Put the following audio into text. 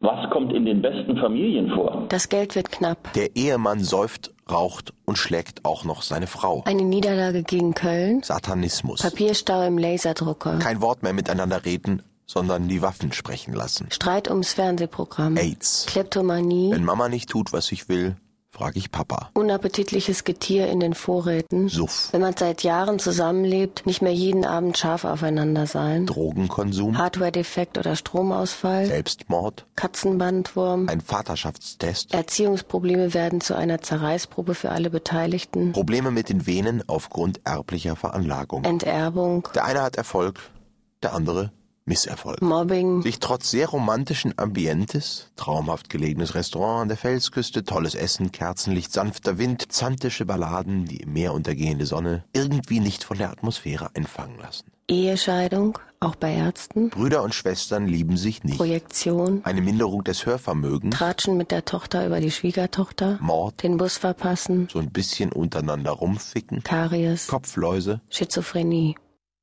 Was kommt in den besten Familien vor? Das Geld wird knapp. Der Ehemann säuft, raucht und schlägt auch noch seine Frau. Eine Niederlage gegen Köln. Satanismus. Papierstau im Laserdrucker. Kein Wort mehr miteinander reden, sondern die Waffen sprechen lassen. Streit ums Fernsehprogramm. AIDS. Kleptomanie. Wenn Mama nicht tut, was ich will, frage ich Papa. Unappetitliches Getier in den Vorräten. Suff. Wenn man seit Jahren zusammenlebt, nicht mehr jeden Abend scharf aufeinander sein. Drogenkonsum, Hardware-Defekt oder Stromausfall. Selbstmord, Katzenbandwurm. ein Vaterschaftstest, Erziehungsprobleme werden zu einer Zerreißprobe für alle Beteiligten. Probleme mit den Venen aufgrund erblicher Veranlagung. Enterbung. Der eine hat Erfolg, der andere Misserfolg. Mobbing. Sich trotz sehr romantischen Ambientes, traumhaft gelegenes Restaurant an der Felsküste, tolles Essen, Kerzenlicht, sanfter Wind, zantische Balladen, die im Meer untergehende Sonne, irgendwie nicht von der Atmosphäre einfangen lassen. Ehescheidung. Auch bei Ärzten. Brüder und Schwestern lieben sich nicht. Projektion. Eine Minderung des Hörvermögens, Tratschen mit der Tochter über die Schwiegertochter. Mord, Den Bus verpassen. so ein bisschen untereinander rumficken, Karies. Kopfläuse, Schizophrenie.